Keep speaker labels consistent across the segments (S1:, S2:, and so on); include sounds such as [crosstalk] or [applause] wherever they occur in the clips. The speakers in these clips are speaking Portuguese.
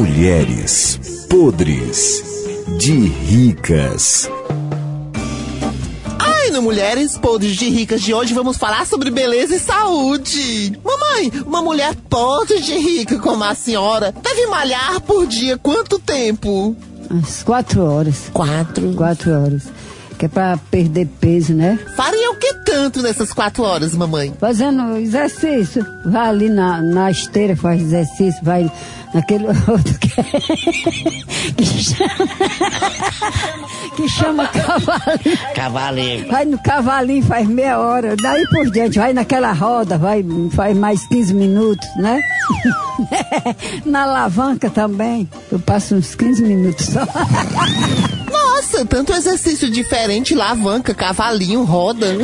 S1: Mulheres podres de ricas.
S2: E no Mulheres Podres de Ricas de hoje vamos falar sobre beleza e saúde. Mamãe, uma mulher podre de rica como a senhora deve malhar por dia quanto tempo?
S3: Às quatro horas.
S2: Quatro.
S3: Quatro horas. Que é pra perder peso, né?
S2: Faria o que tanto nessas quatro horas, mamãe?
S3: Fazendo exercício. Vai ali na, na esteira, faz exercício, vai naquele [laughs] outro é- que, que chama. que chama cavalinho.
S4: Cavalinho.
S3: Vai no cavalinho, faz meia hora. Daí por diante, vai naquela roda, vai, faz mais 15 minutos, né? [laughs] na alavanca também. Eu passo uns 15 minutos só.
S2: Nossa, tanto exercício diferente, alavanca, cavalinho, roda. [laughs]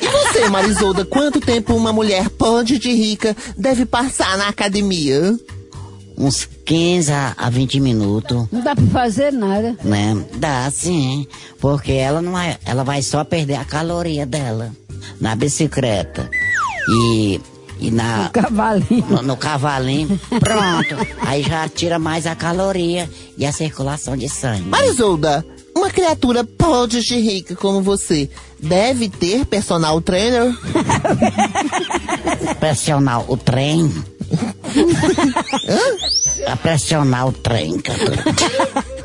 S2: E você, Marisolda, quanto tempo uma mulher podre de rica deve passar na academia?
S4: Uns 15 a a 20 minutos,
S3: Não dá pra fazer nada.
S4: né? Dá sim, porque ela não vai, ela vai só perder a caloria dela na bicicleta e, e na,
S3: Cavalinho.
S4: no, no cavalinho. Pronto, aí já tira mais a caloria e a circulação de sangue.
S2: Marisolda, uma criatura podre de rica como você deve ter personal trainer?
S4: é Pressionar o trem. Hã? A pressionar o trem, cara.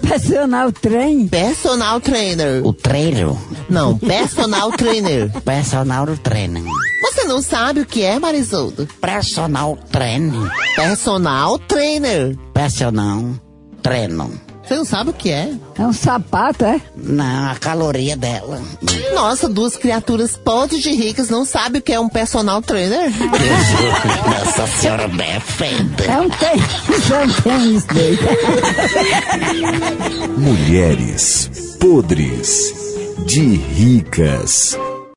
S3: Pressionar o trem.
S2: Personal trainer.
S4: O treino.
S2: Não, personal trainer.
S4: Personal training.
S2: Você não sabe o que é, Marisolda?
S4: Personal training.
S2: Personal trainer.
S4: Personal treino.
S2: Você não sabe o que é?
S3: É um sapato, é?
S4: Na caloria dela.
S2: Nossa, duas criaturas podres de ricas não sabem o que é um personal trainer?
S4: [laughs] Nossa senhora defenda.
S3: É um [laughs] tênis, é um tênis dele.
S1: Mulheres podres de ricas.